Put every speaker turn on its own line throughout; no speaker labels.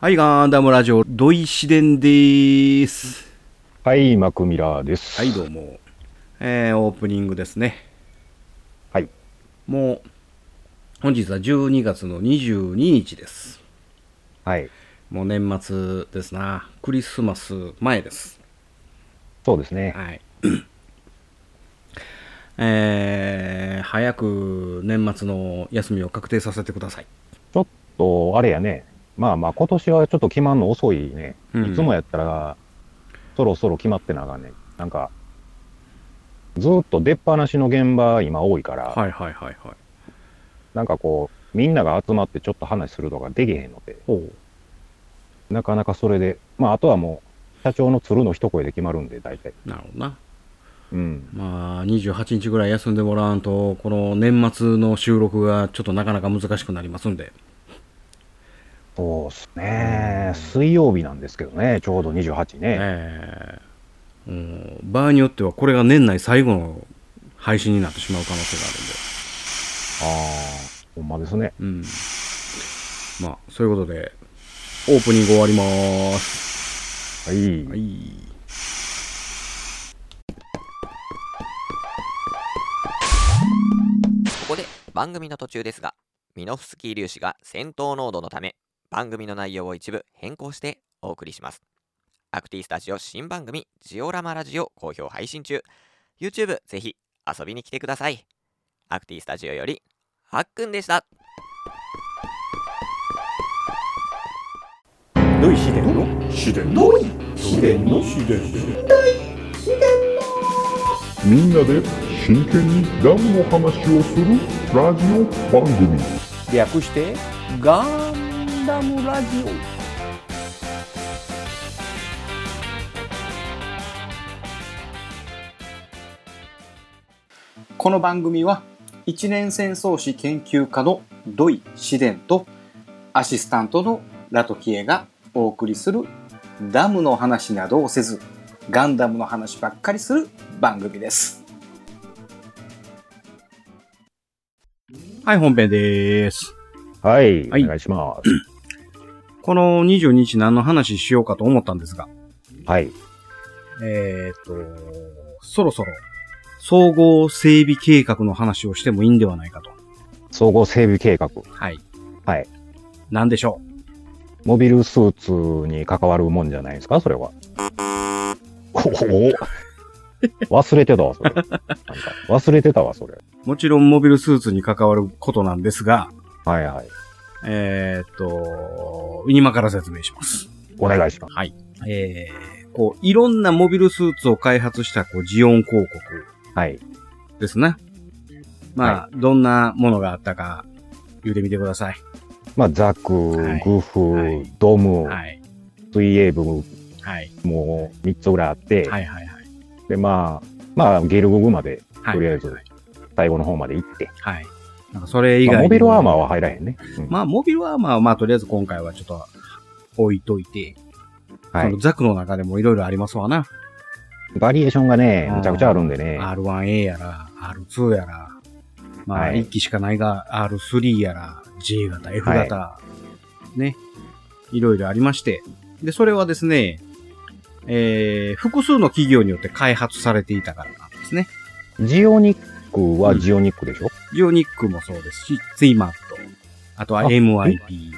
はい、ガンダムラジオ、土井紫伝でーす。
はい、マクミラーです。
はい、どうも。えー、オープニングですね。
はい。
もう、本日は12月の22日です。
はい。
もう年末ですな。クリスマス前です。
そうですね。
はい。 えー、早く年末の休みを確定させてください。
ちょっと、あれやね。まあまあ、今年はちょっと決まんの遅いね。
うん
いつもやったら、そろそろ決まってなあかんね。なんか、ずっと出っ放しの現場今多いから、
はいはいはいはい。
なんかこう、みんなが集まってちょっと話するとかできへんので、
ほう。
なかなかそれで、まああとはもう、社長の鶴の一声で決まるんで、大体。
なるほどな。
うん。
まあ、28日ぐらい休んでもらわんと、この年末の収録がちょっとなかなか難しくなりますんで。
そうっすね。水曜日なんですけどね、ちょうど28ね。
ええうん場合によってはこれが年内最後の配信になってしまう可能性が
ああ、ほんまですね。
あるんで。うん。まあ、そういうことで、オープニング終わりまーす。
はい。
はい。
ここで番組の途中ですが、ミノフスキー粒子が戦闘濃度のため、番組の内容を一部変更してお送りします。アクティスタジオ新番組ジオラマラジオ好評配信中。YouTube ぜひ遊びに来てください。アクティスタジオより、はっくんでした。
どいしでの
みんなで真剣にダムの話をするラジオ番組
略してガンダムラジオこの番組は一年戦争史研究家の土井紫伝とアシスタントのラトキエがお送りするダムの話などをせずガンダムの話ばっかりする番組です。
はい、本編でーす。
はい、
はい
お願いします。
この22日何の話しようかと思ったんですが、
はい。
えーっと、そろそろ、総合整備計画の話をしてもいいんではないかと。
総合整備計画、
はい。
はい。
なんでしょ
モビルスーツに関わるもんじゃないですか、それは。おお忘れてたわ、それ。なんか忘れてたわ、それ。
う。もちろんモビルスーツに関わることなんですが、
はいはい。
えーっと、今から説明します。
お願いします。
えー、こう、いろんなモビルスーツを開発した、こう、ジオン広告
はい。
ですね。まあ、どんなものがあったか、言うてみてください。
まあ、ザク、
はい
グフ、
はい
ドム、
はい。
水泳部
はい。
も3つぐらいあって、
はいはいはい。
で、まあ、まあ、ゲルググまで、
はい。
とりあえず最後の方まで行って、
はい。なんかそれ以
ま
外にも
あモビルアーマーは入らへんね。うん
まあ、モビルアーマーは、まあ、とりあえず今回はちょっと置いといて、
は
こ
い
の。ザクの中でもいろいろありますわな。
バリエーションがね、
うん
むちゃくちゃあるんでね。
R1A やら、R2 やら、まあ、
はい
1機しかないが、R3 やら、J 型、F 型、ね、いろいろありまして、で、それはですね、えー、複数の企業によって開発されていたからなんですね。
ジオニックはジオニックでしょ、
ジオニックもそうですし、ツイマット、あとは
あ
MIP、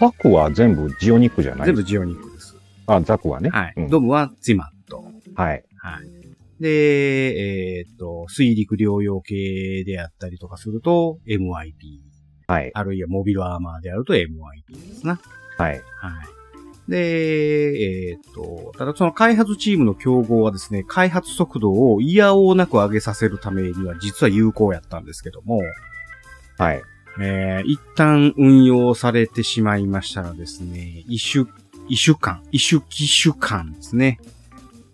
ザクは全部ジオニックじゃない
全部ジオニックです。
あ、ザクはね。
はい。
うん
ドムはツイマット。
はい。
で、えーっと、水陸両用系であったりとかすると MIP。
はい。
あるいはモビルアーマーであると MIP ですな。は
はい。
い。で、えーっと、ただその開発チームの競合はですね、開発速度をいやおうなく上げさせるためには実は有効やったんですけども、
はい。
えー、一旦運用されてしまいましたらですね、一種、一種間、一種機種間ですね。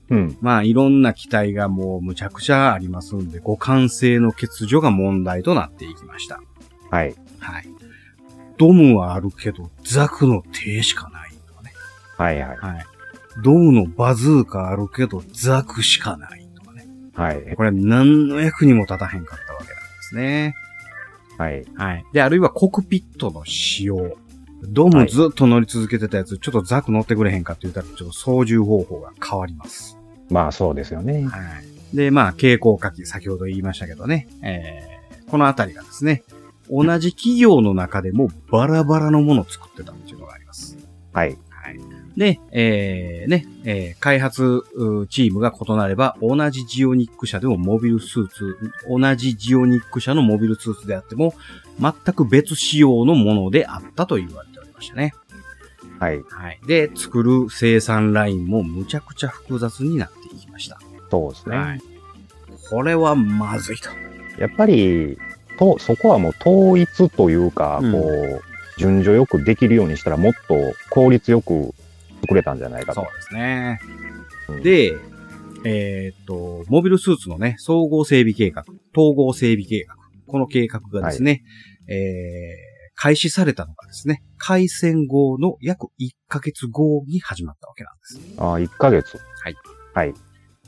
うん。
まあいろんな機体がもうむちゃくちゃありますんで、互換性の欠如が問題となっていきました。
はい。
はい。ドムはあるけど、ザクの手しかないとかね。
はい。はい。
はい。ドムのバズーカあるけど、ザクしかないとかね。
はい。
これ何の役にも立たへんかったわけなんですね。
はい。
はい。で、あるいはコクピットの使用。ドームずっと乗り続けてたやつ、ちょっとザク乗ってくれへんかって言ったら、ちょっと操縦方法が変わります。
まあそうですよね。
はい。で、まあ、蛍光火器、先ほど言いましたけどね、えー、このあたりがですね、同じ企業の中でもバラバラのものを作ってたっていうのがあります。
はい。
で、えーね、えー開発うーチームが異なれば、同じジオニック社でもモビルスーツ、同じジオニック社のモビルスーツであっても、全く別仕様のものであったと言われておりましたね。
はい。
はい。で、作る生産ラインもむちゃくちゃ複雑になっていきました。
そうですね。
はい。これはまずいと。
やっぱりと、そこはもう統一というか、
うん
こう、順序よくできるようにしたら、もっと効率よく作れたんじゃないか
そう
と。
ですね
う。ん
で、えーっと、モビルスーツのね、総合整備計画、統合整備計画、この計画がですね、えー開始されたのがですね、開戦後の約1ヶ月後に始まったわけなんです。
ああ、1ヶ月。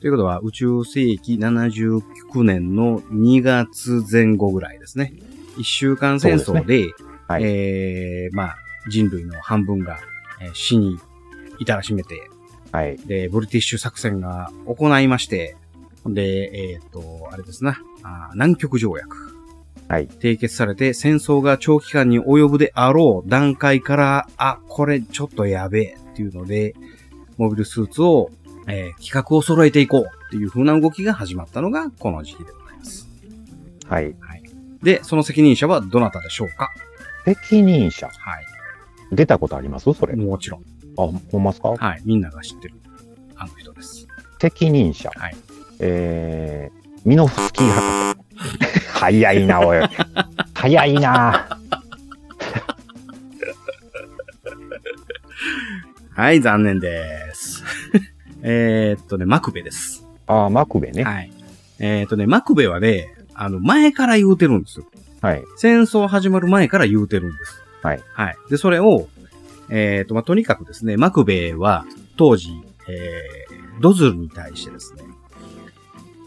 ということは、宇宙世紀79年の2月前後ぐらいですね。一週間戦争
そう
で、
はい
えーまあ、人類の半分が、えー死に至らしめて、
はい。
で、ブリティッシュ作戦が行いまして、で、えっ、と、あれですな、あー南極条約。
はい
締結されて、戦争が長期間に及ぶであろう段階から、あ、これちょっとやべえっていうので、モビルスーツを、えー企画を揃えていこうっていう風な動きが始まったのが、この時期でございます。
はい。
で、その責任者はどなたでしょうか
責任者。
は
出たことありますそれ
い。。もちろん。
あ、ほんまっすか、
はい。みんなが知ってる、あの人です。
責任者。
はい
えー、ミノフスキー博 士。早いな、おい。早いな。
はい、残念です。 えーっとね、マクベです。
ああ、マクベね。
はい。えっ、とね、マクベはね、あの、前から言うてるんですよ。
はい。
戦争始まる前から言うてるんです。
はい。
はい。で、それを、えっ、と、まあ、とにかくですね、マクベは、当時、えー、ドズルに対してですね、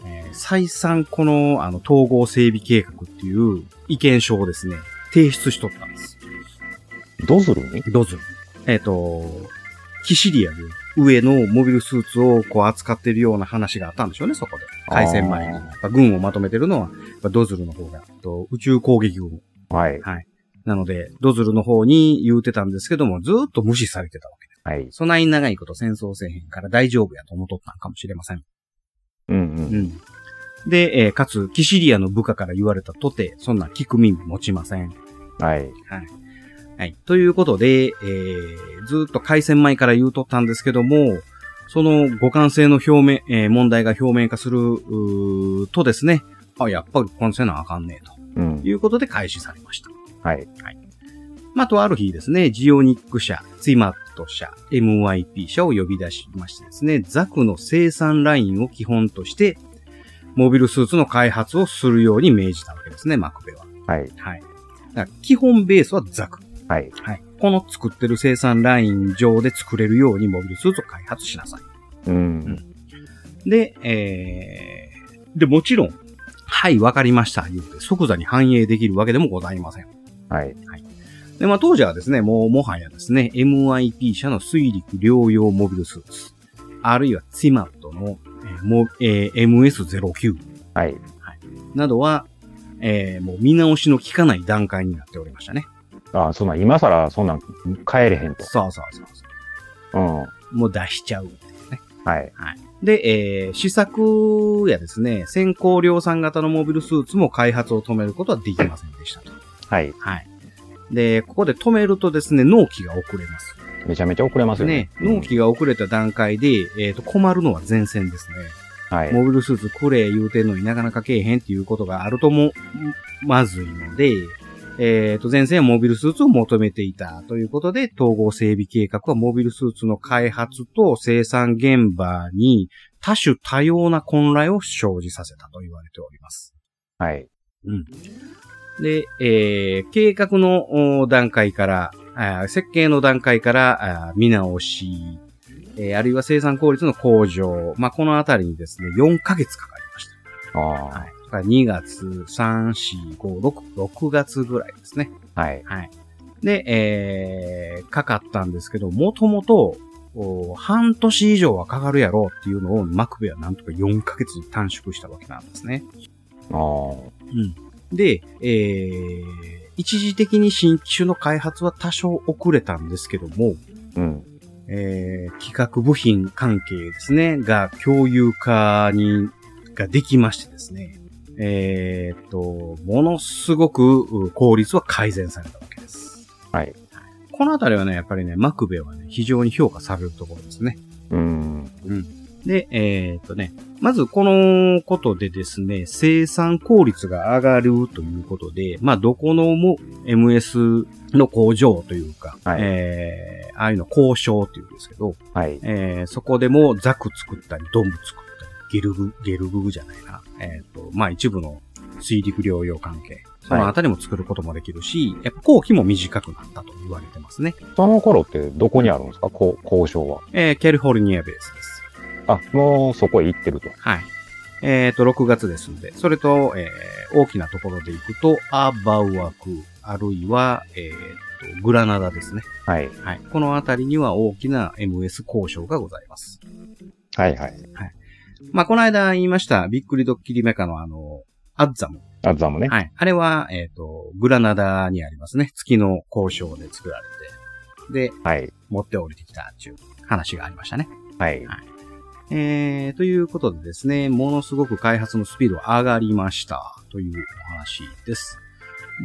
えー再三この、あの、統合整備計画っていう意見書をですね、提出しとったんです。
ドズルに
ドズル。えっ、と、キシリアで上のモビルスーツをこう扱ってるような話があったんでしょうね、そこで。開戦前に。
あ
やっぱ軍をまとめてるのは、やっぱドズルの方が、えっと宇宙攻撃軍。
はい。
なので、ドズルの方に言うてたんですけども、ずーっと無視されてたわけです。
はい。
そない長いこと戦争せえへんから大丈夫やと思っとったんかもしれません。
うんう。
うんん。で、えーかつ、キシリアの部下から言われたとて、そんな聞く耳持ちません。
はい。
はい。ということで、えー、ずーっと開戦前から言うとったんですけども、その互換性の表明、えー問題が表面化する、うーとですね、あ、やっぱり互換性なあかんねえ
う
と
ん。
いうことで開始されました。
はい。
まあ、とある日ですね、ジオニック社、ツイマット社、MYP 社を呼び出しましてですね、ザクの生産ラインを基本として、モビルスーツの開発をするように命じたわけですね、マクベは。
はい。
はい。だから基本ベースはザク。
はい。
はい。この作ってる生産ライン上で作れるようにモビルスーツを開発しなさ
うん。
い。で、えー、で、もちろん、はい、わかりました、言って即座に反映できるわけでもございません。
はい。
で、まあ当時はですね、もうもはやですね、MIP 社の水陸両用モビルスーツ、あるいは TIMAT の、えーもえー MS09
はい。
などは、えーもう見直しの効かない段階になっておりましたね。
ああ、そんなん、今更そんなん帰れへんと。
そうそうそうそ
うん。
う。もう出しちゃう。
はい。
で、えー試作やですね、先行量産型のモビルスーツも開発を止めることはできませんでしたと。
はい。
はい。で、ここで止めるとですね、納期が遅れます。
めちゃめちゃ遅れますよ
ね
ね。、
納期が遅れた段階で、えっ、と、困るのは前線ですね。
うんはい。
モビルスーツくれ言うてんのになかなかけえへんっていうことがあるとも、んまずいので、えっ、と、前線はモビルスーツを求めていたということで、統合整備計画はモビルスーツの開発と生産現場に多種多様な混乱を生じさせたと言われております。
はい。
で、えー計画のお段階から、あー設計の段階からあー見直し、えーあるいは生産効率の向上、まあ、このあたりにですね、4ヶ月かかりました。
あ
はい。だから2月、3、4、5、6、6月ぐらいですね。
あ。はい。
はい。で、えー、かかったんですけど、もともと、お半年以上はかかるやろうっていうのをマクベはなんとか4ヶ月に短縮したわけなんですね。
あー
で、えー、一時的に新機種の開発は多少遅れたんですけども、
うん。
えー企画部品関係ですね、が共有化に、ができましてですね、えーっと、ものすごくう効率は改善されたわけです。
はい。
このあたりはね、やっぱりね、マクベはね、非常に評価されるところですね。
うん。
で、えーっとね、まずこのことでですね、生産効率が上がるということで、まあ、どこのも MS の工場というか、
はい
えーああいうの交渉っていうんですけど、
はい。
えーそこでもザク作ったり、ドンブ作ったり、ゲルグ、ゲルググじゃないな。えっ、と、まあ一部の水陸両用関係。そのあたりも作ることもできるし、やっぱ工期も短くなったと言われてますね。
その頃ってどこにあるんですかこう交渉は。
えーキャリフォルニアベースです。
あ、もうそこへ行ってると。
はい。えっ、と、6月ですので、それと、えー大きなところで行くと、アーバウアク、あるいは、えっ、と、グラナダですね。
はい。
はい。このあたりには大きな MS 交渉がございます。
はいはい。
まあ、この間言いました、びっくりドッキリメカのあの、アッザム。
あ、ザムね。
はい。あれは、えっ、と、グラナダにありますね。月の交渉で作られて。で、
はい。
持って降りてきたっていう話がありましたね。
はい。
えー、ということでですね、ものすごく開発のスピードが上がりました。というお話です。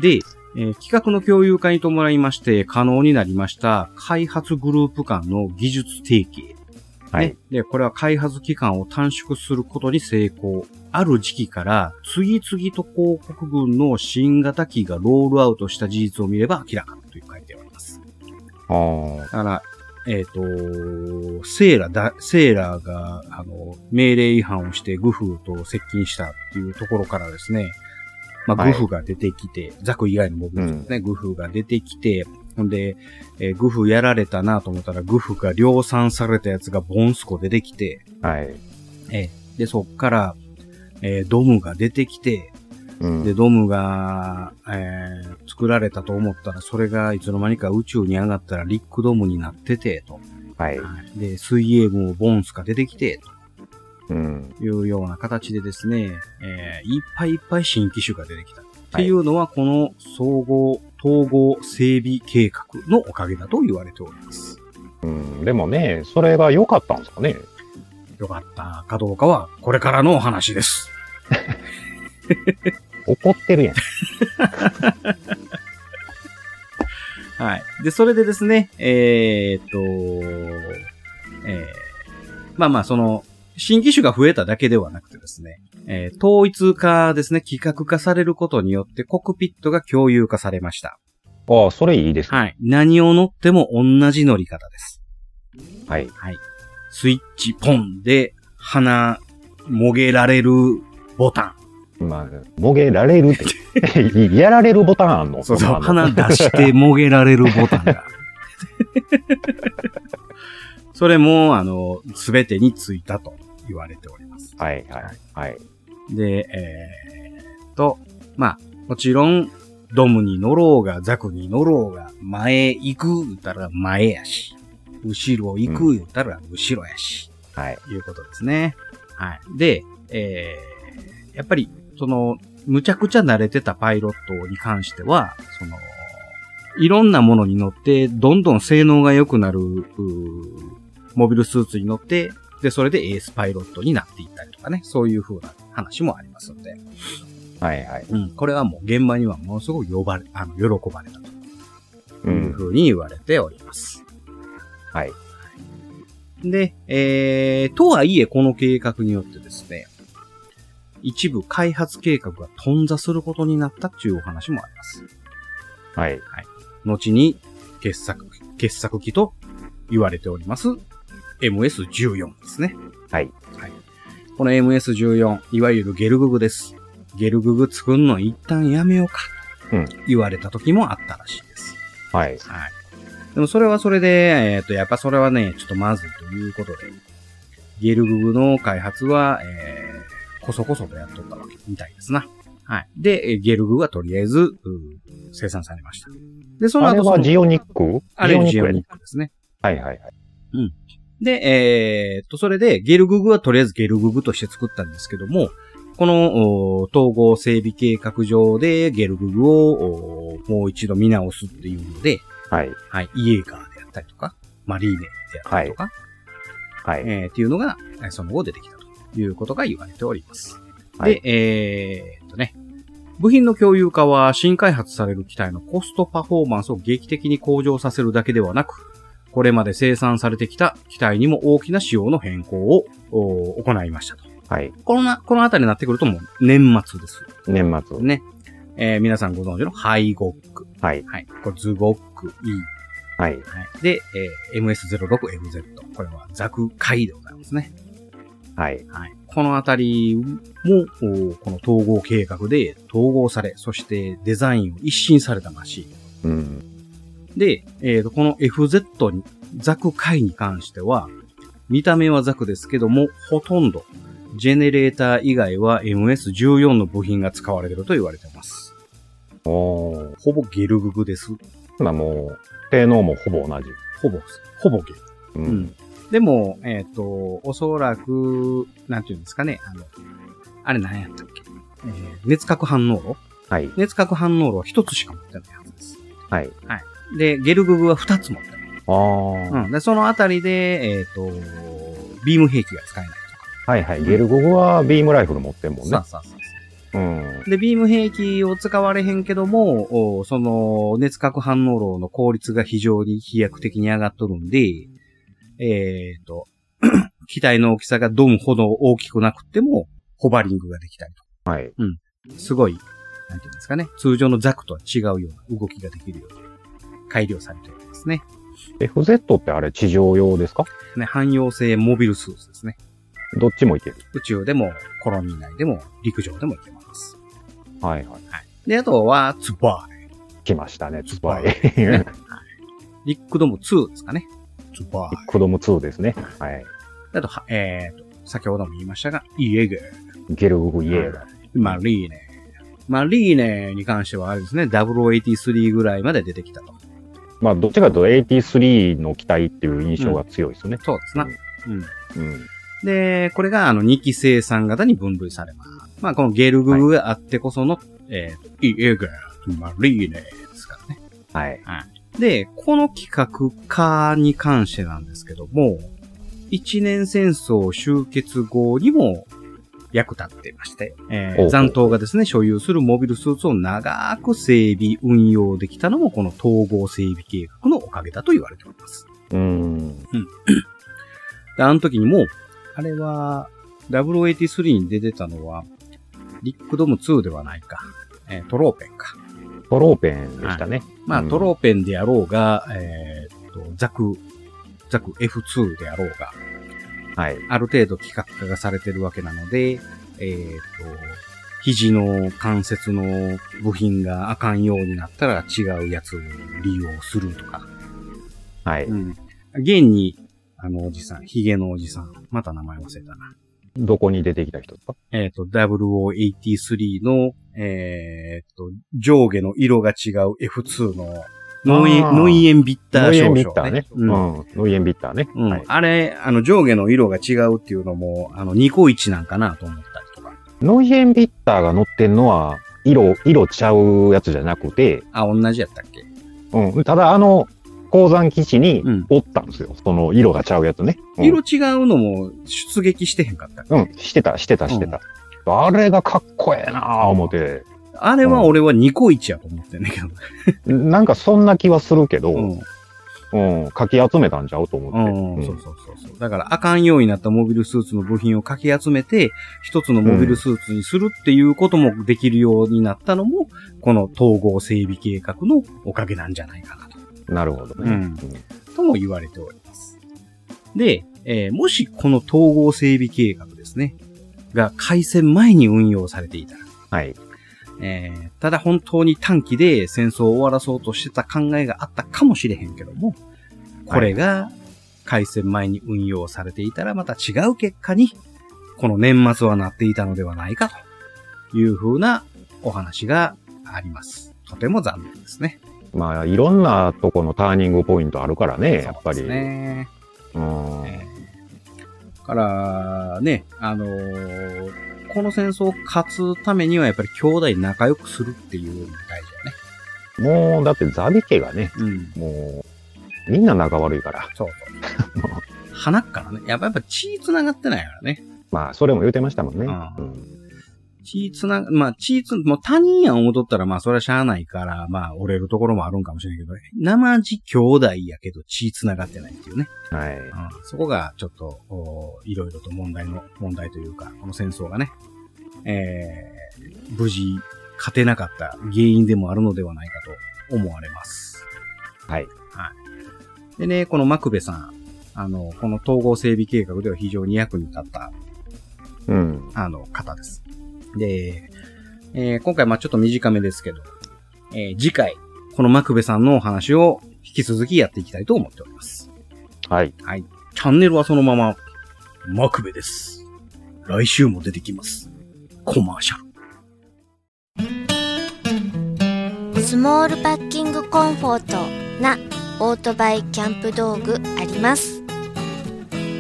で、えー企画の共有化に伴いまして、可能になりました、開発グループ間の技術提携。
はい
ね。。で、これは開発期間を短縮することに成功。ある時期から次々と広告軍の新型機がロールアウトした事実を見れば明らかという書いてあります。
あー
だから、えっ、と、セーラだ、セーラが、あの、命令違反をしてグフと接近したっていうところからですね、まあ、
は
グ
い
フが出てきて、ザク以外の僕ですね、グフが出てきて、ほんで、えーグフやられたなと思ったら、グフが量産されたやつがボンスコ出てきて、
はい。
ええで、そっから、えードムが出てきて、
うん。
で、ドムが、えー作られたと思ったら、それがいつの間にか宇宙に上がったらリックドムになってて、と。
はい。
で、水泳軍をボンスが出てきて、
うん。
というような形でですね、えーいっぱいいっぱい新機種が出てきた。っていうのは、この総合、統合整備計画のおかげだと言われております。
うん。でもね、それが良かったんですかね。
よかったかどうかは、これからのお話です。
怒って るやん。
はい。で、それでですね、えーっと、えーまあまあ、その、新機種が増えただけではなくてですね、えー統一化ですね、規格化されることによってコクピットが共有化されました。
ああ、それいいですね。
はい。何を乗っても同じ乗り方です。
はい。
スイッチポンで鼻もげられるボタ
まあ、もげられるって。 やられるボタンあんの
ン。そうそう。
んな
鼻
の
出してもげられるボタン が。それも、あの、すべてについたと言われております。
はいはいはい。
で、えーっと、まあ、もちろん、ドムに乗ろうが、ザクに乗ろうが、前行く言ったら前やし、後ろ行く言ったら後ろやし、
はい。
ということですね。はい。で、えー、やっぱり、その、むちゃくちゃ慣れてたパイロットに関しては、その、いろんなものに乗って、どんどん性能が良くなる、うーモビルスーツに乗って、で、それでエースパイロットになっていったりとかね、そういう風な話もありますので、
はいはい。
うん、これはもう現場にはものすごく呼ばれ、あの、喜ばれたと
う。
いうん風に言われております。
はい。
で、えー、とはいえこの計画によってですね、一部開発計画が頓挫することになったっていうお話もあります。
はい。
後に、傑作、傑作機と言われております、MS14 ですね。
はい。
はい。この MS14、いわゆるゲルググです。ゲルググ作んの一旦やめようか、
うん
言われた時もあったらしいです。
はい。
はい。でもそれはそれで、えっ、と、やっぱそれはね、ちょっとまずいということで、ゲルググの開発は、えー、こそこそとやっとったわけみたいですな。はい。で、えーゲルググはとりあえず、うー生産されました。で、その
あれ
後そ
は
の、
ジオニック
あれジ
ジ
オ
オ
ニ
ニ
ックですね。
はいはいはい。
で、えーっと、それで、ゲルググはとりあえずゲルググとして作ったんですけども、この、おー統合整備計画上でゲルググをおーもう一度見直すっていうので、
はい。
はい、イエーガーであったりとか、マリーネであったりとか、
はい。
えーっていうのが、えーその後出てきたということが言われております。
はい
で、えーっとね、部品の共有化は新開発される機体のコストパフォーマンスを劇的に向上させるだけではなく、これまで生産されてきた機体にも大きな仕様の変更をお行いましたと。
はい。
このな、このあたりになってくるともう年末です。
年末。
ね。えー皆さんご存知のハイゴック。
はい。
はい。これズゴック E。
はい。
はい。で、えー MS06MZ。これはザクカイでございますね。
はい。
はい。このあたりも、おこの統合計画で統合され、そしてデザインを一新されたマシ
うん。
ン。で、えーと、この FZ に、ザク回に関しては、見た目はザクですけども、ほとんど、ジェネレーター以外は MS14 の部品が使われてると言われてます。
おー。
ほぼゲルググです。
まあもう、性能もほぼ同じ。
ほぼ、ほぼゲル。
う
う。ん。でも、えっ、と、おそらく、なんていうんですかね、あの、あれ何やったっけ、えー熱核反応炉
はい。
熱核反応炉は一つしか持ってないはずです。
はい。
で、ゲルググは二つ持ってない。
あー。
うん。で、そのあたりで、えっ、と、ビーム兵器が使えない
はいはい。ゲルゴグはビームライフル持ってん
とか。
もんね
う。そうそう
うん。
で、ビーム兵器を使われへんけども、おその、熱核反応炉の効率が非常に飛躍的に上がっとるんで、えっ、と、 機体の大きさがドムほど大きくなくても、ホバリングができたりと
はい。
か、すごい、なんていうんですかね、通常のザクとは違うような動きができるように改良されておりますね。
FZ ってあれ地上用ですか
ね、汎用性モビルスーツですね。
どっちもいける。
宇宙でも、コロニー内でも、陸上でもいけます。
はいはい。
で、あとは、ツバー。
来ましたね、ツバイ。
リックドム2ですかね。ツバー。
子供2ですね。はい。
あと、はえーと、先ほども言いましたが、イエゲー、
ゲルゴグイエーガ。
マリーネ。マリーネに関してはあれですね、083ぐらいまで出てきたと。
まあ、どっちかというと83の機体っていう印象が強いですね。
そうですな。
うん。
で、これがあの2期生産型に分類されます。まあ、このゲルググがあってこその、えーと、イエゲー、マリーネですからね。
はい。
で、この企画化に関してなんですけども、一年戦争終結後にも役立っていまして、えー
おう
残党がですね、所有するモビルスーツを長く整備、運用できたのもこの統合整備計画のおかげだと言われております。
うん。
で、あの時にも、あれは、W83 に出てたのは、リックドム2ではないか、えートローペンか。
トローペンでしたね。
まあ、
うん
トローペンであろうが、えーっと、ザク、ザク F2 であろうが、
はい。
ある程度規格化がされてるわけなので、えーっと、肘の関節の部品があかんようになったら違うやつを利用するとか、
はい。
うん。現に、あのおじさん、ヒゲのおじさん、また名前忘れたな。
どこに出てきた人ですか
えっ、と、0083の、えっ、と、上下の色が違う F2 のノイエン
あー
ノイエンビッター
ノイ
少
エン
々、
ビッターね。う。
うんん。
ノイエンビッターね。
うん
はい。
あれ、あの、上下の色が違うっていうのも、あの、ニコイチなんかなと思ったりとか。
ノイエンビッターが乗ってんのは、色、色ちゃうやつじゃなくて、
あ、同じやったっけ
うん。ただ、あの、鉱山基地に
うん
おったんですよ。その、色がちゃうやつね。うん
色違うのも出撃してへんかったっけ
うん、してた、してた、してた。あれがかっこええなぁ、思って。
あれは
うん
俺はニコイチやと思ってんだけ ど。
なんかそんな気はするけど、
う
うんん、。かき集めたんちゃうと思って。
うん、
うん
そうそうそうそう。だから、あかんようになったモビルスーツの部品をかき集めて、一つのモビルスーツにするっていうこともできるようになったのも、この統合整備計画のおかげなんじゃないかなと、
なるほどね。
うんとも言われております。で、えーもしこの統合整備計画ですね、が開戦前に運用されていたら、
はい。
えーただ本当に短期で戦争を終わらそうとしてた考えがあったかもしれへんけども、これが開戦前に運用されていたらまた違う結果に、この年末はなっていたのではないかというふうなお話があります。とても残念ですね。
まあ、いろんなとこのターニングポイントあるからね、やっぱり。
そうですね。
うん。
だから、ね、あのーこの戦争を勝つためにはやっぱり兄弟仲良くするっていうのが大
もう、だってザビ家がね、
事だね。うん。
もう、みんな仲悪いから。
そうそう。鼻っからね。やっぱやっぱ血繋がってないからね。
まあ、それも言ってましたもんね。
ああ
うん
血つな、まあ血つ、もう他人や思うとったらまあそれはしゃあないから、まあ折れるところもあるんかもしれないけど、生地兄弟やけど血つながってないっていうね。
はい。
うんそこがちょっと、おいろいろと問題の、問題というか、この戦争がね、えー、無事勝てなかった原因でもあるのではないかと思われます。
はい。
はい。でね、このマクベさん、あの、この統合整備計画では非常に役に立った
うん。
あの、方です。で、えー今回、まあちょっと短めですけど、えー次回、このマクベさんのお話を引き続きやっていきたいと思っております。
はい。
チャンネルはそのまま、マクベです。来週も出てきます。コマーシャル。
スモールパッキングコンフォートなオートバイキャンプ道具あります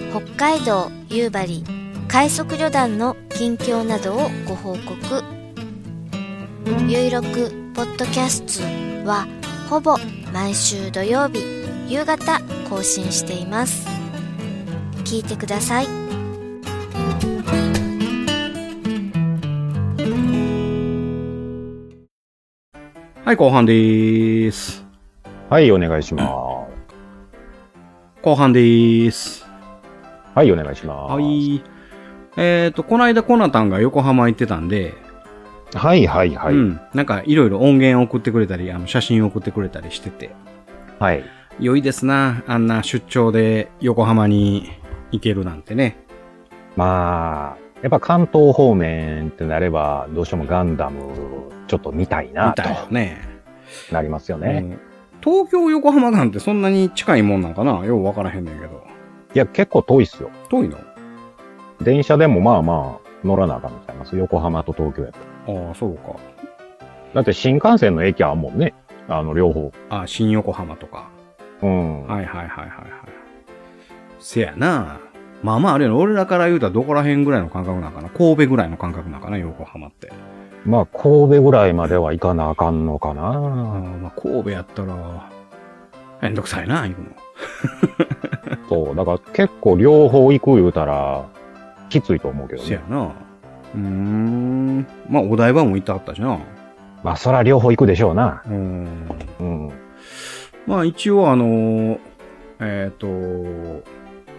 北海道夕張快速旅団の近況などをご報告「ゆいろくポッドキャスト」はほぼ毎週土曜日夕方更新しています聞いてください
はい、後半でーす。
はい、お願いします。
後半でーす。
はい、お願いします。
は。い。えっ、と、この間コナタンが横浜行ってたんで、
はい、はい、はい。
うん。なんかいろいろ音源送ってくれたり、あの写真送ってくれたりしてて、
はい。
良いですな。あんな出張で横浜に行けるなんてね。
まあ、やっぱ関東方面ってなれば、どうしてもガンダム、ちょっと見たいな、
み
と
たいよね。
なりますよね。
うん東京、横浜なんてそんなに近いもんなんかなようわからへんねんけど。
いや、結構遠いっすよ。
遠いの
電車でもまあまあ、乗らなあかんみたいます。横浜と東京やったら
ああ、そうか。
だって新幹線の駅あんもんね。あの、両方。
あ新横浜とか。
うん。
はいはいはいはいはい。せやな。まあまああれやろ俺らから言うたらどこら辺ぐらいの感覚なんかな神戸ぐらいの感覚なんかな横浜って。
まあ、神戸ぐらいまでは行かなあかんのか
あ
な。
まあ神戸やったら、めんどくさいな、行くの。
そう。だから結構両方行く言うたら、きついと思うけど
せや
ね。
な。うーん。まあお台場も行ってはったしな。
まあ、そら両方行くでしょうな。
うん。
うん。
まあ一応あの、えっ、と、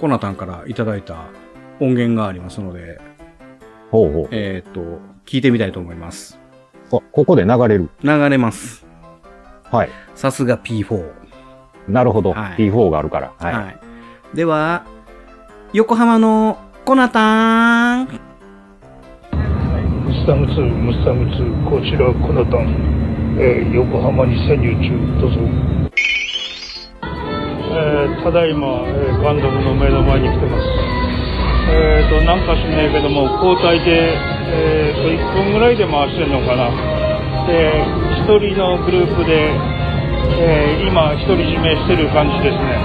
コナタンからいただいた音源がありますので、
ほうほ
えっ、と、聞いてみたいと思います。
う。あ、ここで流れる。
流れます。
はい。
さすが P4。
なるほど。
はい
P4 があるから。はい。
いでは、横浜のコナタン
ムスタム2、ムスタム2、こちらコナタン、えー横浜に潜入中、どうぞ。えーただいま、えーガンダムの目の前に来てます。えっ、と、なんかしないけども、交代で、えーと、1分ぐらいで回してんのかな。で、1人のグループで、えー今、独り占めしてる感じですね。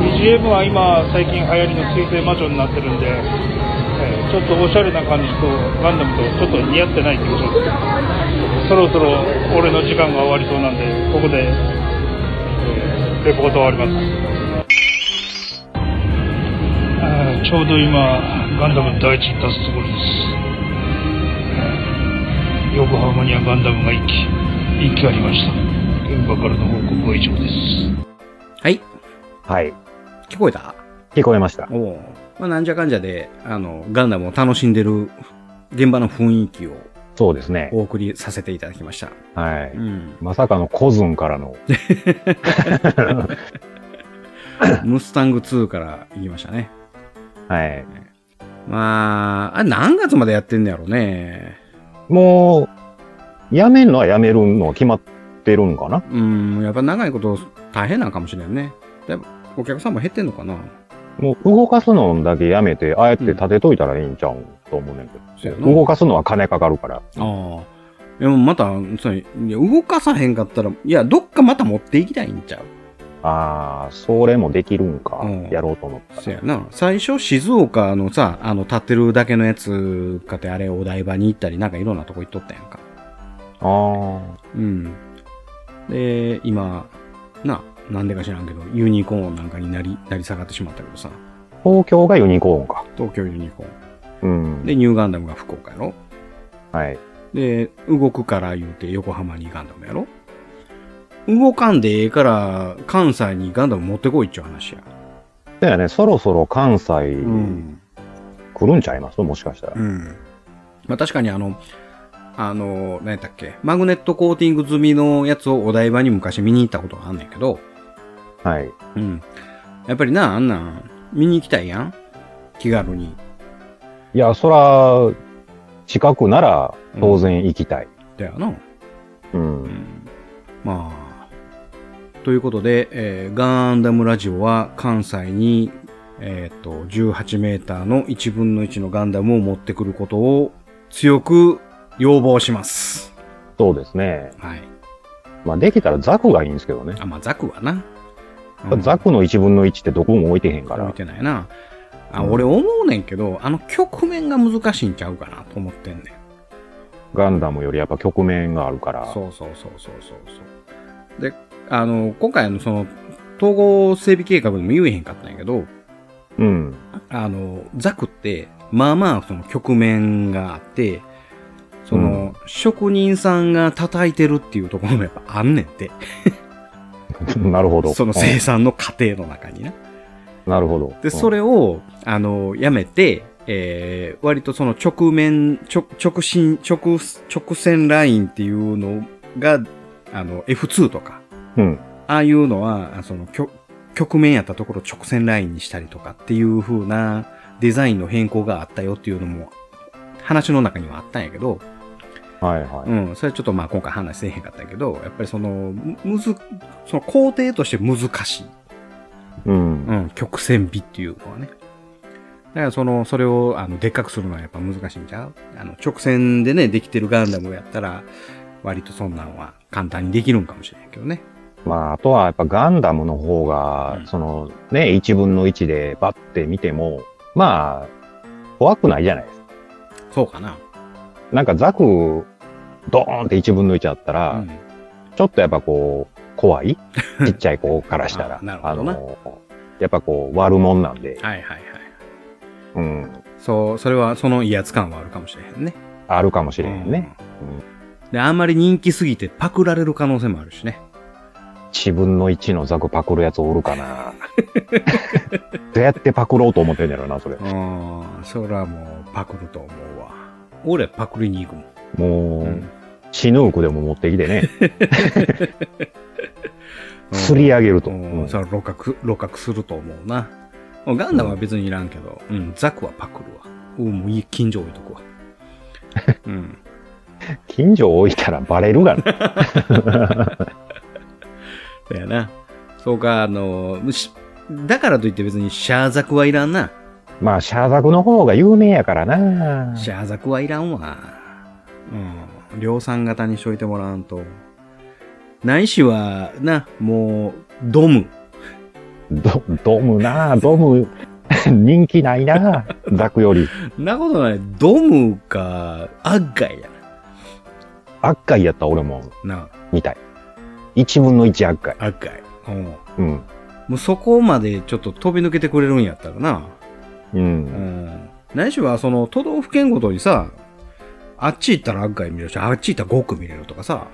BGM は今最近流行りの水星魔女になってるんで、えーちょっとおしゃれな感じとガンダムとちょっと似合ってないってことですそろそろ俺の時間が終わりそうなんでここで、えーレポート終わりますあーちょうど今ガンダムの第一に立つところですえー横浜にはガンダムが1機1機ありました現場からの報告は以上です
はい、
はい。
聞こえた
聞こえました。
おお。まあなんじゃかんじゃで、あの、ガンダムを楽しんでる現場の雰囲気を
そうですね。
お送りさせていただきました。
はい。
うん。
まさかのコズンからの。
ムスタング2から行きましたね。
はい。
まあ、あれ何月までやってんのやろね。
もう、やめんのはやめるのは決まってるんかな
うん、やっぱ長いこと大変なんかもしれんね。だいぶお客さんも減ってんのかな。
もう動かすのだけやめて、あえて立てといたらいいんちゃうんと思うねんけ
そうやな
ど。動かすのは金かかるから。
ああ。いや、もうまた、そのいや動かさへんかったら、いや、どっかまた持っていきたいんちゃう
ああ、それもできるんか。
うん
やろうと思った
そ
ら
や。な。最初、静岡のさ、あの、立ってるだけのやつかって、あれ、お台場に行ったり、なんかいろんなとこ行っとったやんか。
ああ。
うん。で、今、な、なんでか知らんけど、ユニコーンなんかになり、なり下がってしまったけどさ、
東京がユニコーンか。
東京ユニコー
うん。
ン。で、ニューガンダムが福岡やろ
はい。
で、動くから言うて横浜にガンダムやろ動かんでええから、関西にガンダム持ってこいっちゅう話や。
だよね、そろそろ関西
うん。
来るんちゃいます、もしかしたら。
うん。まあ確かにあの、あの、何やったっけ、マグネットコーティング済みのやつをお台場に昔見に行ったことがあんねんけど、
はい。
うん。やっぱりな、あんなん、見に行きたいやん気軽に。
いや、そら、近くなら当然行きたい。
だよな。
うん。
まあ。ということで、えーガンダムラジオは関西に、えっ、と、18メーターの1分の1のガンダムを持ってくることを強く要望します。
そうですね。
はい。
まあ、できたらザクがいいんですけどね。
あ、まあ、ザクはな。
ザクの1分の1ってどこも置いてへんか。
から置いてないな。あ、
うん
俺思うねんけど、あの局面が難しいんちゃうかなと思ってんねん。
ガンダムよりやっぱ局面があるから。
そうそうそうそうそうそう。で、あの、今回のその、統合整備計画でも言えへんかったんやけど、
うん。
あの、ザクって、まあまあその局面があって、その、職人さんが叩いてるっていうところもやっぱあんねんって。
なるほど。
その生産の過程の中にな。
うんなるほど。
で、それを、あの、やめて、えー、割とその直面、直、直進、直、直線ラインっていうのが、あの、F2 とか、
うん。
ああいうのは、その、局局面やったところを直線ラインにしたりとかっていう風なデザインの変更があったよっていうのも、話の中にはあったんやけど、
うん。はいはい。
うん、それはちょっとまあ今回話せえへんかったけど、やっぱりその、むむず、その工程として難しい。
うん。
うん、曲線美っていうのはね。だからその、それをあのでっかくするのはやっぱ難しいんちゃうあの直線でね、できてるガンダムをやったら、割とそんなんは簡単にできるんかもしれんけどね。
まあ、あとはやっぱガンダムの方が、
うん
そのね、1分の1でバッて見ても、まあ、怖くないじゃないですか。
そうかな。
なんかザク、ドーンって1分の1あったら、
うん
ちょっとやっぱこう、怖いちっちゃい子からしたら。
あなるほどな
の、やっぱこう、悪者なんで、
はいはいはい。
うん、
そう、それは、その威圧感はあるかもしれへんね。
あるかもしれんね。
うん。で、あんまり人気すぎてパクられる可能性もあるしね。
1分の1のザクパクるやつおる かな。どうやってパクろうと思ってんやろな、それ。
うん、それはもうパクると思うわ。俺パクりに行くもん。
もう、
うん
血のクでも持ってきてね、すり上げると。
う、
うんん
それは露覚、露覚すると思うな。もうガンダムは別にいらんけど、うん、ザクはパクるわ。うん、もういい近所置いとく わ。うん。
近所置いたらバレる がな。
だよな。そうか、あの、しだからといって別にシャーザクはいらんな。
まあ、シャーザクの方が有名やからな。
シャーザクはいらんわ。うん。量産型にしといてもらわんと。ないしは、な、もう、ドム。
ドドムな、ドム、 人気ないな、ザクより。
んなことない。ドムか、アッガイや
悪回やったら俺も
な。な
見たい。1分の1悪回。
あ、アッガイ。うん。
うん。
もうそこまでちょっと飛び抜けてくれるんやったらな。
う。
うんん。ないしは、その、都道府県ごとにさ、あっち行ったらアッガイ見れるし、あっち行ったら5区見れるとかさ、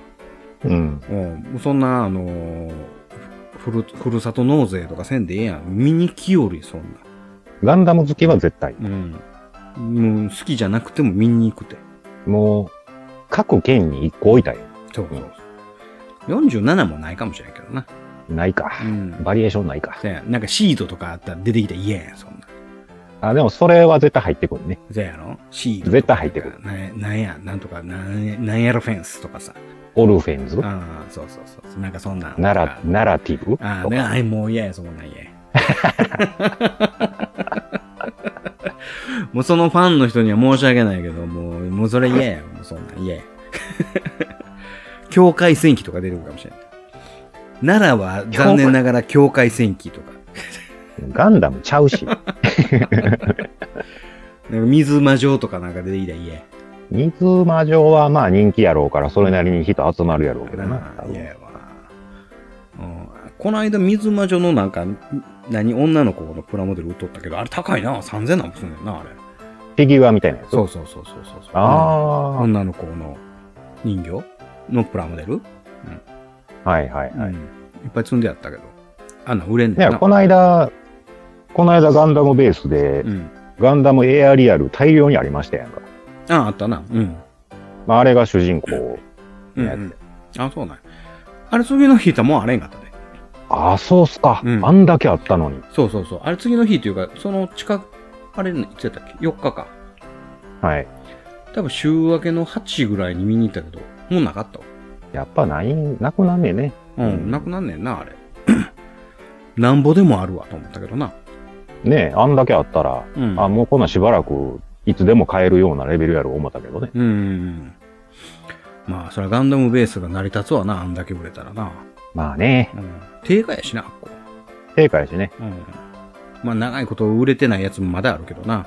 うん。
うん。もうそんな、あのーふる、ふるさと納税とかせんでええやん。見に来より、そん
ガンダム好きは絶対。
な。うん。もう好きじゃなくても見に行くて。
もう、各県に1個置いたよ。
そうそうそう。47もないかもしれんけどな。
ないか。
うん。
バリエーションないか。
せやなんかシートとかあったら出てきたら嫌やん、そんな。
あ、でもそれは絶対入ってくるね。
せやろシートとか。
絶対入ってくる
なんなんや、なんとか、なんやなんやろフェンスとかさ。
オルフェンズ、
ああ、そうそうそうそう。なんかそんなん。
ナラ、ナラティブ
ああ、
と
ね、
か
はい、もう嫌や、そんなん嫌 や。 もうそのファンの人には申し訳ないけど、もう、もうそれ嫌や、もうそんなん嫌や。境界線記とか出てくるかもしれない。奈良は残念ながら境界線記とか。
ガンダムちゃうし。
なんか水魔城とかなんかでいいだ、いえ。
水魔女はまあ人気やろうから、それなりに人集まるやろうけどな。多
い
分
ややわ。うん。この間、水魔女のなんか、何、女の子のプラモデル売っとったけど、あれ高いな。3000なんもすんねんな、あれ。
フィギュアみたいなやつ。
そうそうそうそうそうそう。
あ
女の子の人形のプラモデル、
あ、はいはいはい。
うんいっぱい積んであったけど。あんなん売れんねん
ね
な。
この間、この間ガンダムベースで、
うん。
ガンダムエアリアル大量にありましたやんか。
ああ、あったな。うん。
まあ、あれが主人公
う
の
ん、
や
う
つ。
ん。あ、そうなんやあれ次の日いたらもうあれんかったで。
ああ、そうっすか、
うん
あんだけあったのに。
そうそうそう。あれ次の日というか、その近く、あれ、いつやったっけ ?4 日か。
はい。
多分週明けの8ぐらいに見に行ったけど、もうなかったわ。
やっぱない、なくなんねえね。
うん、
うん
なくなんねんな、あれ。 なんぼでもあるわと思ったけどな。
ねえ、あんだけあったら、
うん。
あもうこんなんしばらく、いつでも買えるようなレベルやろう思ったけどね。
うん。まあ、そりゃガンダムベースが成り立つわな、あんだけ売れたらな。
まあね、
うん。定価やしな、こ
正解やしね。
う。うん。まあ、長いこと売れてないやつもまだあるけどな。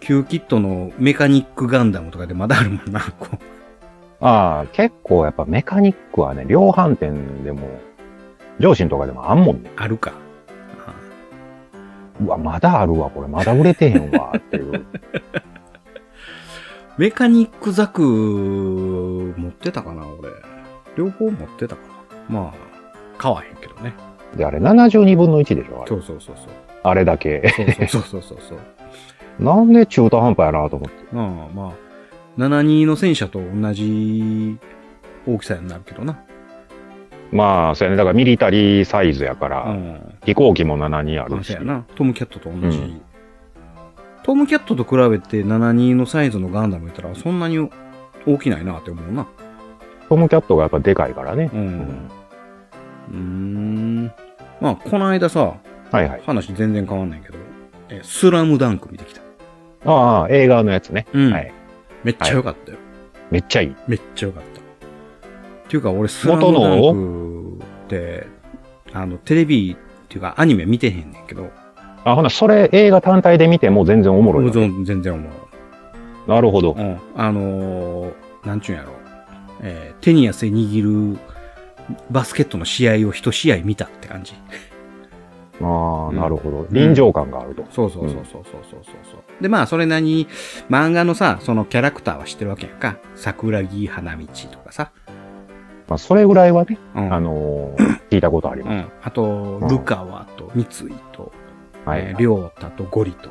旧キットのメカニックガンダムとかでまだあるもんな、 こう。
ああ、結構やっぱメカニックはね、量販店でも、上司のとかでもあんもんね。
あるか。
うわ、まだあるわ、これ、まだ売れてへんわ、っ ていう。
メカニックザク持ってたかな、俺。両方持ってたかな。まあ、買わへんけどね。
で、あれ、72分の1でしょ、あ
そ
れ。
うそうそうそう。
あれだけ。
そうそうそうそうそう。
なんで中途半端やなと思って。
まあまあ、72の戦車と同じ大きさになるけどな。
まあ、そうやね。だからミリタリーサイズやから、
うん。
飛行機も72あ
まあそ
るし
うや。な。トムキャットと同じ。
うん
トムキャットと比べて72のサイズのガンダムやったらそんなに大きないなって思うな。
トムキャットがやっぱでかいからね。
う。
うんん
うーん。まあ、この間さ、
はいはい。
話全然変わんないけど、えスラムダンク見てきた。
ああ、映画のやつね。
うん
はい。
めっちゃ良かったよ。
めっちゃいい。
めっちゃ良かった。っていうか、俺、スラムダンクって、あの、テレビっていうか、アニメ見てへんねんけど、
あ、ほな、それ映画単体で見ても全然おもろい
俺
わ。
全然思う。
なるほど
う。ん。あのーなんちゅうんやろ。えー手に汗握るバスケットの試合を一試合見たって感じ。
あ
う
あ、
ん
なるほど。臨場感があると。
そうそうそうそうそうそうそうそう。で、まあ、それなりに、漫画のさ、そのキャラクターは知ってるわけやんか。桜木花道とかさ。
まあ、それぐらいはね、
うん
あのー聞いたことあり
う
ます。
ん、あと、
うん
ルカワと三井と、
は
え
い
ー。リョータとゴリと、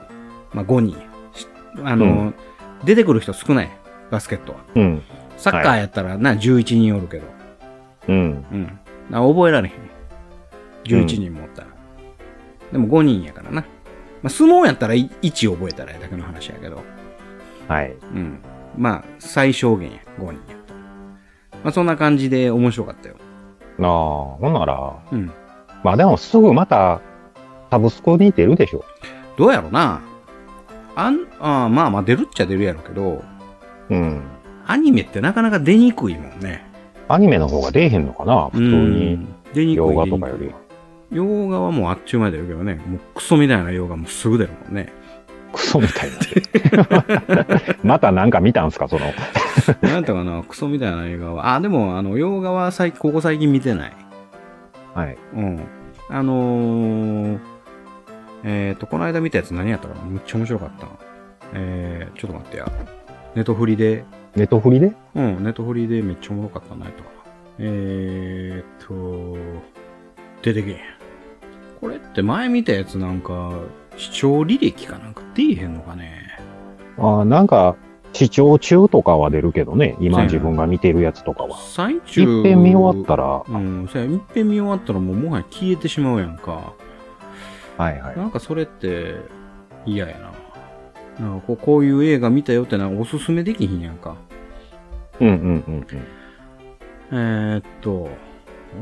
まあ、5人。しあの、
う
出てくる人少ない、バスケットは。
うん。
サッカーやったらな、11人おるけど、
うん。
うん。な覚えられへん。11人もおったら。でも5人やからな。まあ、相撲やったら1覚えたらやだけの話やけど、
はい。
うん。まあ、最小限や、5人やったら。まあ、そんな感じで面白かったよ。
なあ、ほんなら、
うん。
まあでもすぐまた、サブスクに出るでしょ。
どうやろな。あん、あーまあまあ出るっちゃ出るやろうけど、
うん。
アニメってなかなか出にくいもんね。
アニメの方が出えへんのかな普通
う
に。
ん出にくい。
洋画とかより。
洋画はもうあっちゅう前で出るけどね、もうクソみたいな洋画もすぐ出るもん ね。
クソみたいな。 またなんか見たんすかその。
なんとかな、クソみたいな映画は。あ、でも、あの、洋画は最近、ここ最近見てない。
はい。
うん。あのー、えっ、と、この間見たやつ何やったかなめっちゃ面白かった。えー、ちょっと待ってや。ネトフリで、
ネットフリで
うん、ネットフリでめっちゃおもろかったな、とかな。えーっと、出てけえへん。これって前見たやつなんか、視聴履歴かなんか出えへんのかね。
ああ、なんか、視聴中とかは出るけどね。今自分が見てるやつとかは。
最
一
中。
遍見終わったら、
うん、そや一遍見終わったらもうもはや消えてしまうやんか。
はいはい。
なんかそれって嫌やな。なんかこうこういう映画見たよってなんかおすすめできひんやんか。
うんうんうん
えーっと、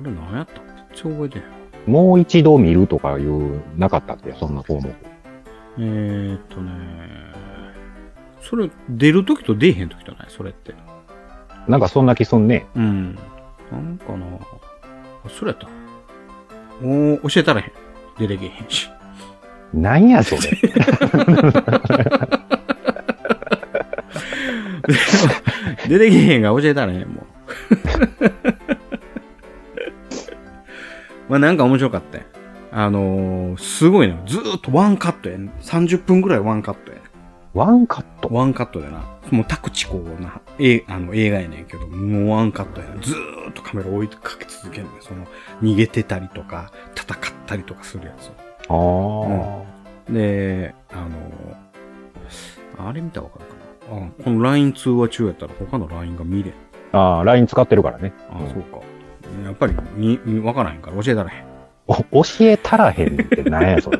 俺何やったっけちょ覚えてへん。
うん。もう一度見るとかいう、なかったっけそんな項目。
えーっとね、それ、出るときと出えへんときとない、それって。
なんかそんな気すんね。
うん。なんかなあ、それやった。おー、教えたらへん。出てけへんし。
なんやそれ。
出てけへんが教えたらへん、もう。 まあなんか面白かったよあのー、すごいな。ずーっとワンカットやね。30分ぐらいワンカットやね。
ワンカット。
ワンカットやな。もう宅地こうな、えあの映画やねんけど、もうワンカットやな。ずーっとカメラ追いかけ続けるねその、逃げてたりとか、戦ったりとかするやつを。
ああ。
で、あの、あれ見たらわかるかな。あこの LINE 通話中やったら他の LINE が見れん。
ああ、LINE 使ってるからね。
あ、そうか。やっぱりに、にわからへんから教えたらへん。
お教えたらへんってなんや それ。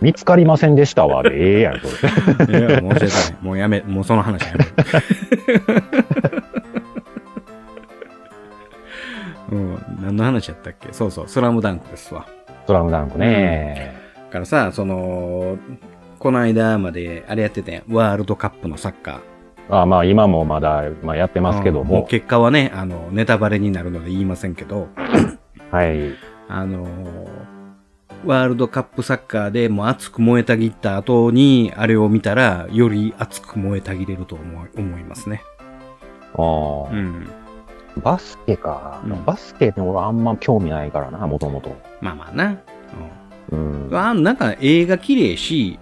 見つかりませんでしたわ。でええやん、それ。
いや、もう教えたらへん。もうやめ、もうその話はやめる。 うん、何の話やったっけそうそう、スラムダンクですわ。
スラムダンクね。
だからさ、その、この間まで、あれやってたやん。ワールドカップのサッカー。
ああまあ、今もまだ、まあ、やってますけど
うんう
も。
結果はね、あの、ネタバレになるので言いませんけど、
はい。
あのーワールドカップサッカーでもう熱く燃えたぎった後に、あれを見たら、より熱く燃えたぎれると思い思いますね。
ああ、
ん。
バスケか。
うん
バスケって俺あんま興味ないからな、もともと。
まあまあな。
うん。
うん。
は
あなんか映画綺麗し、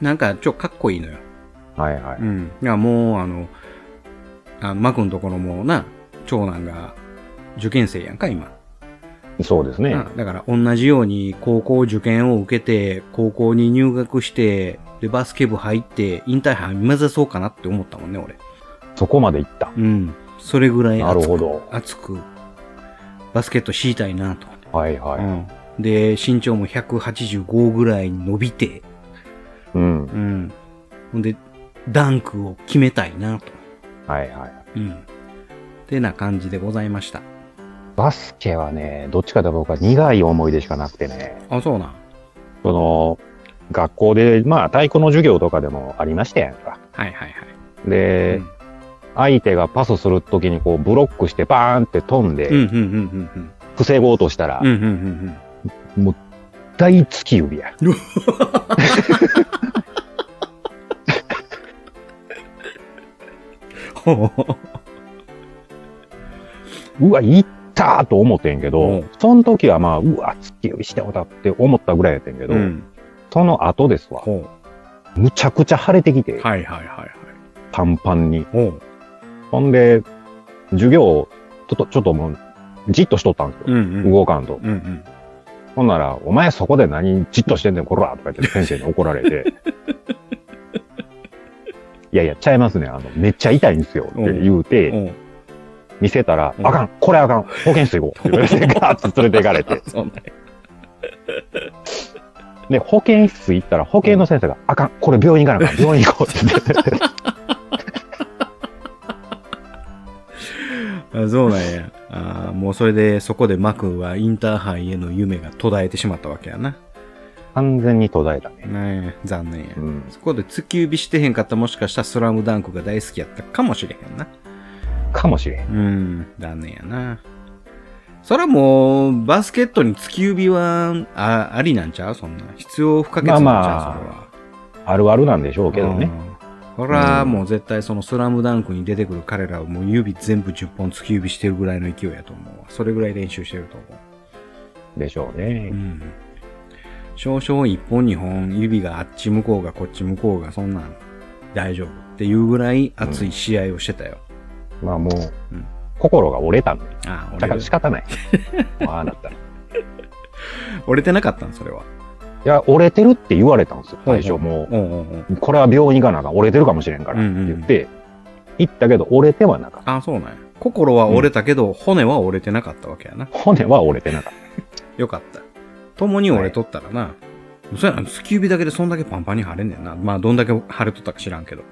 なんかちょっとかっこいいのよ。
いはい。
うん。いや、もう、あの、あの、マクのところもな、長男が受験生やんか、今。
そうですね。
うんだから同じように高校受験を受けて、高校に入学して、で、バスケ部入って、引退班目指そうかなって思ったもんね、俺。
そこまで行った。
うん。それぐらい
なる
熱
ほ
く、
ど。
熱く、バスケット敷いたいなと。
はいは
うんで、身長も185ぐらいに伸びて、
い。うん。
うん。ほんで、ダンクを決めたいなと。
はいはい。
うん。てな感じでございました。
バスケはね、どっちかというと僕は苦い思い出しかなくてね。
あ、そうなん。
その、学校で、まあ、太鼓の授業とかでもありましたやんか。
はいはいはい。
で、
うん
相手がパスするときにこう、ブロックしてバーンって飛んで、
うん、うん、うん、うん。
防ごうとしたら、
うん、うん、うんうん。
大突き指や。
ほう
うわ、いったーと思ってんけ
う
ど
ん、
その時はまあ、うわ、突き指してもたって思ったぐらいやってんけど、
うん。
その後ですわ、
ほ
むちゃくちゃ腫れてきて、
う。はいはいはいはい。
パンパンに。
ほう。
ほんで、授業、ちょっと、ちょっともう、じっとしとったんです
う
よ。
んうん。
動かんと。
うんうん。
ほんなら、お前そこで何じっとしてんねん、こらとか言って先生に怒られ て。いやいや、ちゃいますね。あの、めっちゃ痛いんですよ。って言うて、
ほう
見せたら、
うん
あかん、これあかん、保健室行こう。って言わ れて、ガーッと連れて行かれて。
そうね。
で、保健室行ったら、保健の先生が、あかん、これ病院行かなあかん、病院行こうって言って。
あそうなんや。あーもうそれで、そこでマクはインターハイへの夢が途絶えてしまったわけやな。
完全に途絶えたね。
ねえ、残念や
う。ん。
そこで突き指してへんかったらもしかしたらスラムダンクが大好きやったかもしれへんな。
かもしれん。
うん、残念やな。そらもう、バスケットに突き指は、あ、ありなんちゃうそんな。必要不可欠なんちゃう、
まあまあ
それは。
あるあるなんでしょうけど
う
ね。
ん。これはもう絶対そのスラムダンクに出てくる彼らはもう指全部10本突き指してるぐらいの勢いやと思うわ。それぐらい練習してると思
でしょ
う。
うね。
ん。少々1本2本指があっち向こうがこっち向こうがそんなん大丈夫っていうぐらい熱い試合をしてたよ。
まあもう、
うん
心が折れたんで。
ああ、
だ
折
か
れ
ら
る
仕方ない。ああなったら。い
折れてなかったんそれは。
や、折れてるって言われたんですよ。
ほうほ
最
う
初も
うんうんうん。
う、これは病院行かなあかん、折れてるかもしれんから
う
っ
んうん
て言って、行ったけど折れてはなかった。
ああ、そうなんや。心は折れたけど、骨は折れてなかったわけやな。
骨は折れてなかっ
よかった。共に俺とったらな、そうやな、突き指だけでそんだけパンパンに腫れんねんな。まあ、どんだけ腫れとったか知らんけど。
た。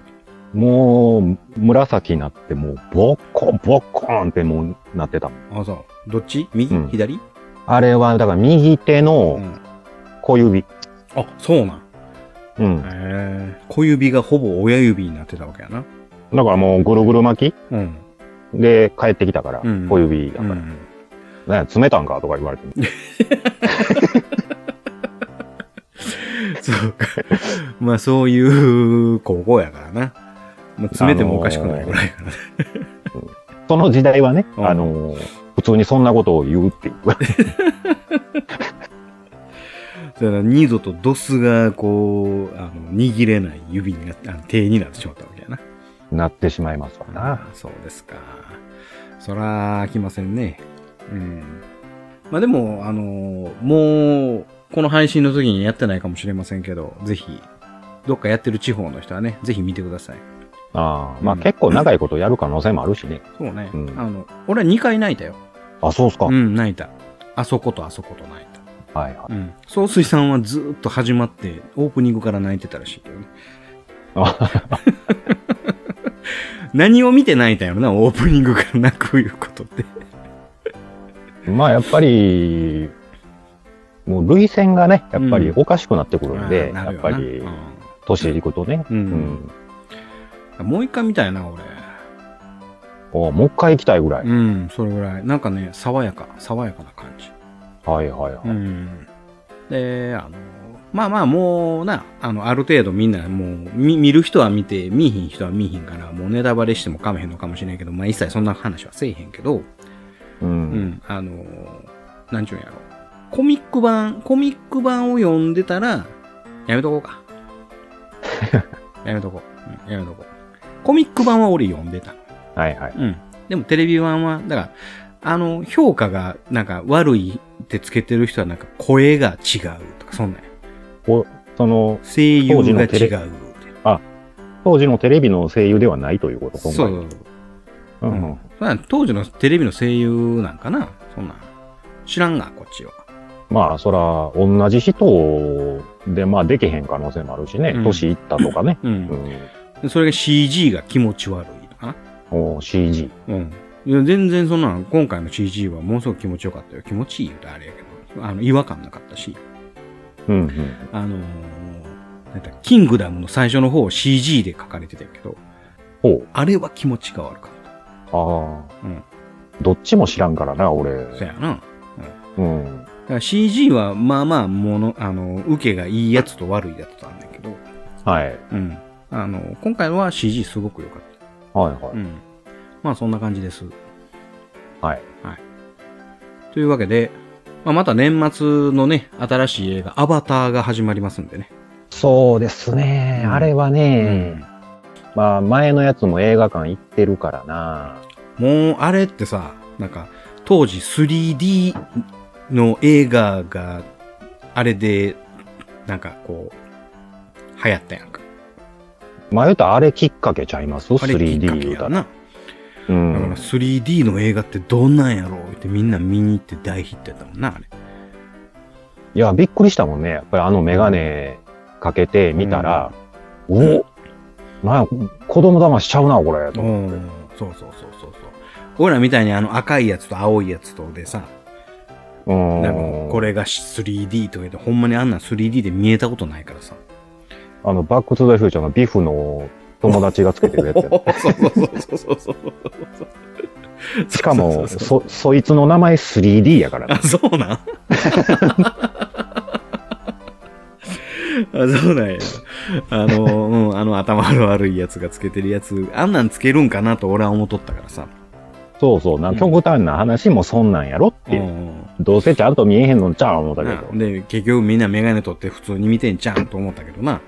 もう、紫になって、もう、ボッコン、ボッコンってもうなってたもん。
あ、そう。どっち右、
うん
左
あれは、だから右手
う
の
ん。
小指。
あ、そうなん。
うん。
へえ。小指がほぼ親指になってたわけやな。
だからもう、ぐるぐる巻き
うん。
で、帰ってきたから、
うん
小指だ
う
から、
ん
ね、詰めたんかとか言われても、
そうか。 まあそういう高校やからな。まあ、詰めてもおかしくないぐらいかな。
その時代はね、
うん
あのー普通にそんなことを言うっていう。
だから二度とドスがこう、あの握れない指になって、あの手になってしまったわけやな。
なってしまいますわな。
あそうですか。そら、来ませんね。うん。まあでも、あのもう、この配信の時にやってないかもしれませんけど、ぜひ、どっかやってる地方の人はね、ぜひ見てください。
ああまあ、
うん
結構長いことやる可能性もあるしね。
そうね。
うん
あの、俺は2回泣いたよ。
あ、そうっすか。
うん、泣いた。あそことあそこと泣いた。
はいはい。
うん。総帥さんはずーっと始まって、オープニングから泣いてたらしいけどね。
あ
何を見て泣いたんやろな、オープニングから泣くいうことって。
まあ、やっぱり、もう類線がね、やっぱり
うん
おかしくなってくるんで、
あーな
や
る
っ
よ
ぱ
な
り
う、
年いくとね。
うん
うん。
んもう一回見たいな、俺。
おもう一回行きたいぐらい。
うん、それぐらい。なんかね、爽やか、爽やかな感じ。
はいはいは
う
い。
ん。で、あの、まあまあ、もうな、あの、ある程度みんな、もう、み見る人は見て、見いひん人は見いひんから、もうネタバレしてもかめへんのかもしれんけど、まあ一切そんな話はせえへんけど、う
う。
んん、あの、なんちゅうんやろ。コミック版、コミック版を読んでたら、やめとこう か。やめとこう、うんやめとこう。コミック版は俺読んでた。
はいはい。
うん。でもテレビ版は、だから、あの、評価が、なんか、悪いってつけてる人は、なんか、声が違うとか、そんなんや
その、
声優
当時
が
の
違う
テ
って
レ。当時のテレビの声優ではないということ、
そう
今
そ
回。
う。う
う
んん。そんなん当時のテレビの声優なんかなそんなん。知らんが、こっちは。
まあ、そら、同じ人で、まあ、できへん可能性もあるしね
う。ん
年いったとかね。
うん
う。ん。
でそれが CG が気持ち悪いとかな。
おー CG。
うん。いや全然そんなん、今回の CG はものすごく気持ちよかったよ。気持ちいい言うとあれやけど、あの、違和感なかったし、
うんうん。
あのー、なんだキングダムの最初の方 CG で書かれてたけど、
ほう。
あれは気持ちが悪かった。
ああ。
うん
どっちも知らんからな、俺。
そやな。
うん。
だから CG はまあまあ、もの、あの、受けがいいやつと悪いやつとあるんだけど、
はい。はい
うん。あの、今回は CG すごく良かった。
は
うん。まあそんな感じです。
い。はい。
というわけで、まあ、また年末のね、新しい映画、アバターが始まりますんでね。
そうですね。
うん
あれは
う
ね、
ん
まあ、前のやつも映画館行ってるからな。
もうあれってさ、なんか当時 3D の映画があれでなんかこう流行ったやんか。
まあ、言うたらあれきっかけちゃいます
あれきっか
?3D
け
言う
や
たら。
な。
う
だから
ん。
3D の映画ってどんなんやろうってみんな見に行って大ヒットやったもんな、あれ。
いや、びっくりしたもんね。やっぱりあのメガネかけて見たら、おおなんや、子供騙しちゃうな、これ。と思って
そうそうそうそうそう。俺らみたいにあの赤いやつと青いやつとでさ、
う
なんか
ん。
これが 3D とか言ってほんまにあんなん 3D で見えたことないからさ。
あの、バックトゥザフューチャーのビフの友達がつけてるやつや
そうそうそうそうそう。
しかも、そ、そいつの名前 3D やからね、
あ、そうなんあ、そうなんや。あの、うん、あの頭の悪いやつがつけてるやつ、あんなんつけるんかなと俺は思っとったからさ。
そうそう、な、極端な話もそんなんやろって
う
いう。
ん
どうせちゃんと見えへんのちゃう思ったけ
な
ど。
で、結局みんなメガネ取って普通に見てんじゃんと思ったけどな。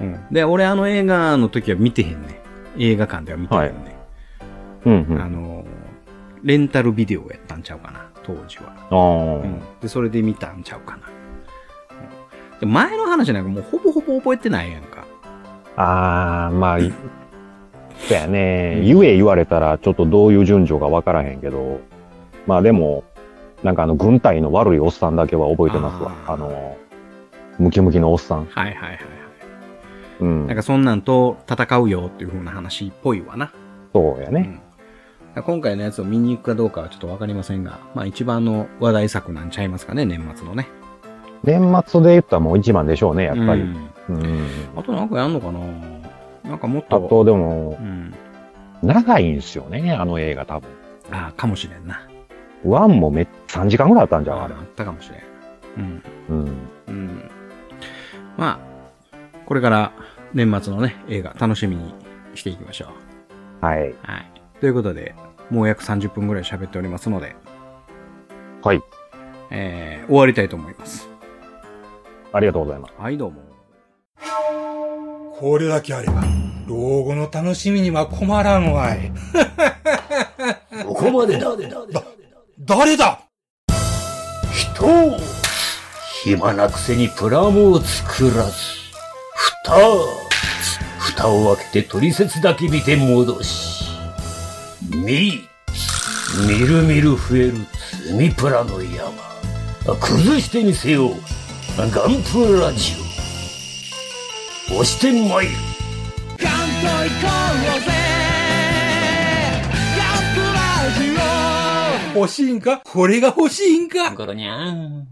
うん。で、俺あの映画の時は見てへんね。映画館では見てへんね。
うん
あの、レンタルビデオやったんちゃうかな、当時は。
うん。ああ。
で、それで見たんちゃうかな。うんで前の話なんかもうほぼほぼ覚えてないやんか。
ああ、まあ、いそうやね。
うん
ゆえ言われたら、ちょっとどういう順序かわからへんけど、まあでも、なんかあの、軍隊の悪いおっさんだけは覚えてますわ。
あー
あの、ムキムキのおっさん。
はいはいはいは
う
い。
ん
なん。かそんなんと戦うよっていう風な話っぽいわな。
そうや
う
ね。
んだから今回のやつを見に行くかどうかはちょっとわかりませんが、まあ一番の話題作なんちゃいますかね、年末のね。
年末で言ったらもう一番でしょうね、やっぱ
う
り。
ん
うん。
あとなんかやんのかななんかもっ
あ
と。
と、でも
う、ん。
長いんですよね、あの映画多分。
ああ、かもしれんな。
ワンもめ3時間ぐらいあったんじゃん、
あ
あれ
ー。あったかもしれん。うん。
うん。
うん。まあ、これから年末のね、映画楽しみにしていきましょう。
はい。
はい。ということで、もう約30分ぐらい喋っておりますので、
はい。
えー終わりたいと思います。
ありがとうございます。
はい、どうも。
これだけあれば、老後の楽しみには困らんわい。
ここまでだ。
誰だ
人を暇なくせにプラモを作らず、蓋を、蓋を開けて取説だけ見て戻し、み、みるみる増える積みプラの山。あ崩してみせよう。ガンプラジオ。押してまいる。
欲しいんかこれが欲しいんか
ゴロニャン。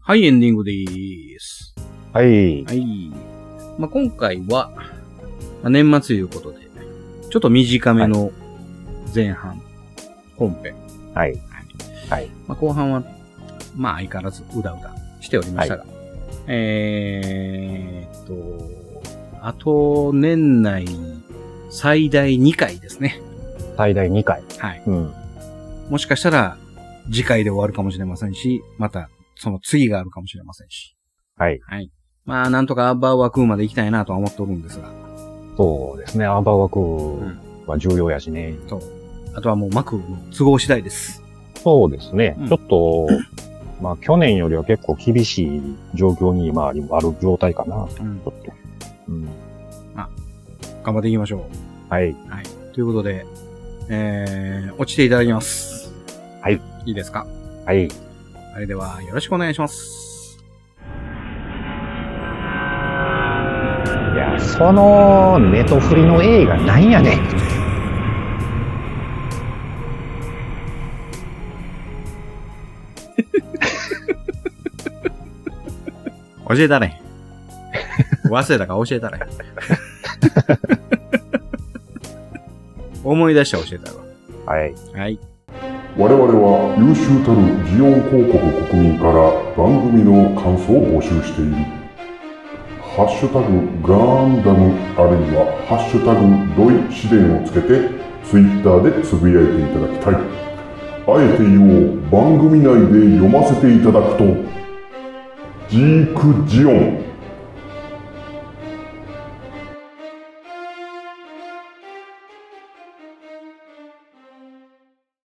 はい、エンディングでーす。
はい。
はい。まあ、今回は、まあ、年末ということで、ちょっと短めの前半、本編。
はい。
まあ、後半は、まあ、相変わらずうだうだしておりましたが、えーっと、あと、年内最大2回ですね。
最大2回。
はい。
うん。
もしかしたら、次回で終わるかもしれませんし、また、その次があるかもしれませんし。
はい。
まあ、なんとかアッバーワクーンまで行きたいなとは思っておるんですが、
そうですね。アンバーワー
ん
クは重要やしね。
あとはもうマクの都合次第です。
そうですね。
うん
ちょっと、まあ去年よりは結構厳しい状況に今ありある状態かな。
うん
ちょっと。うん。
頑張っていきましょ
はい。
う。ということで、えー、落ちていただきます。
はい。
いいですか
はい。
あれでは、よろしくお願いします。
いや、そのネトフリの映画なんやねん。
教えたれ。忘れたから教えたれ。 思い出したら教えたわ。
はい。
はい。
我々は優秀たるジオン広告国民から番組の感想を募集している。ハッシュタグガンダムあるいはハッシュタグドイ試練をつけてツイッターでつぶやいていただきたい。あえて言おう番組内で読ませていただくとジークジオン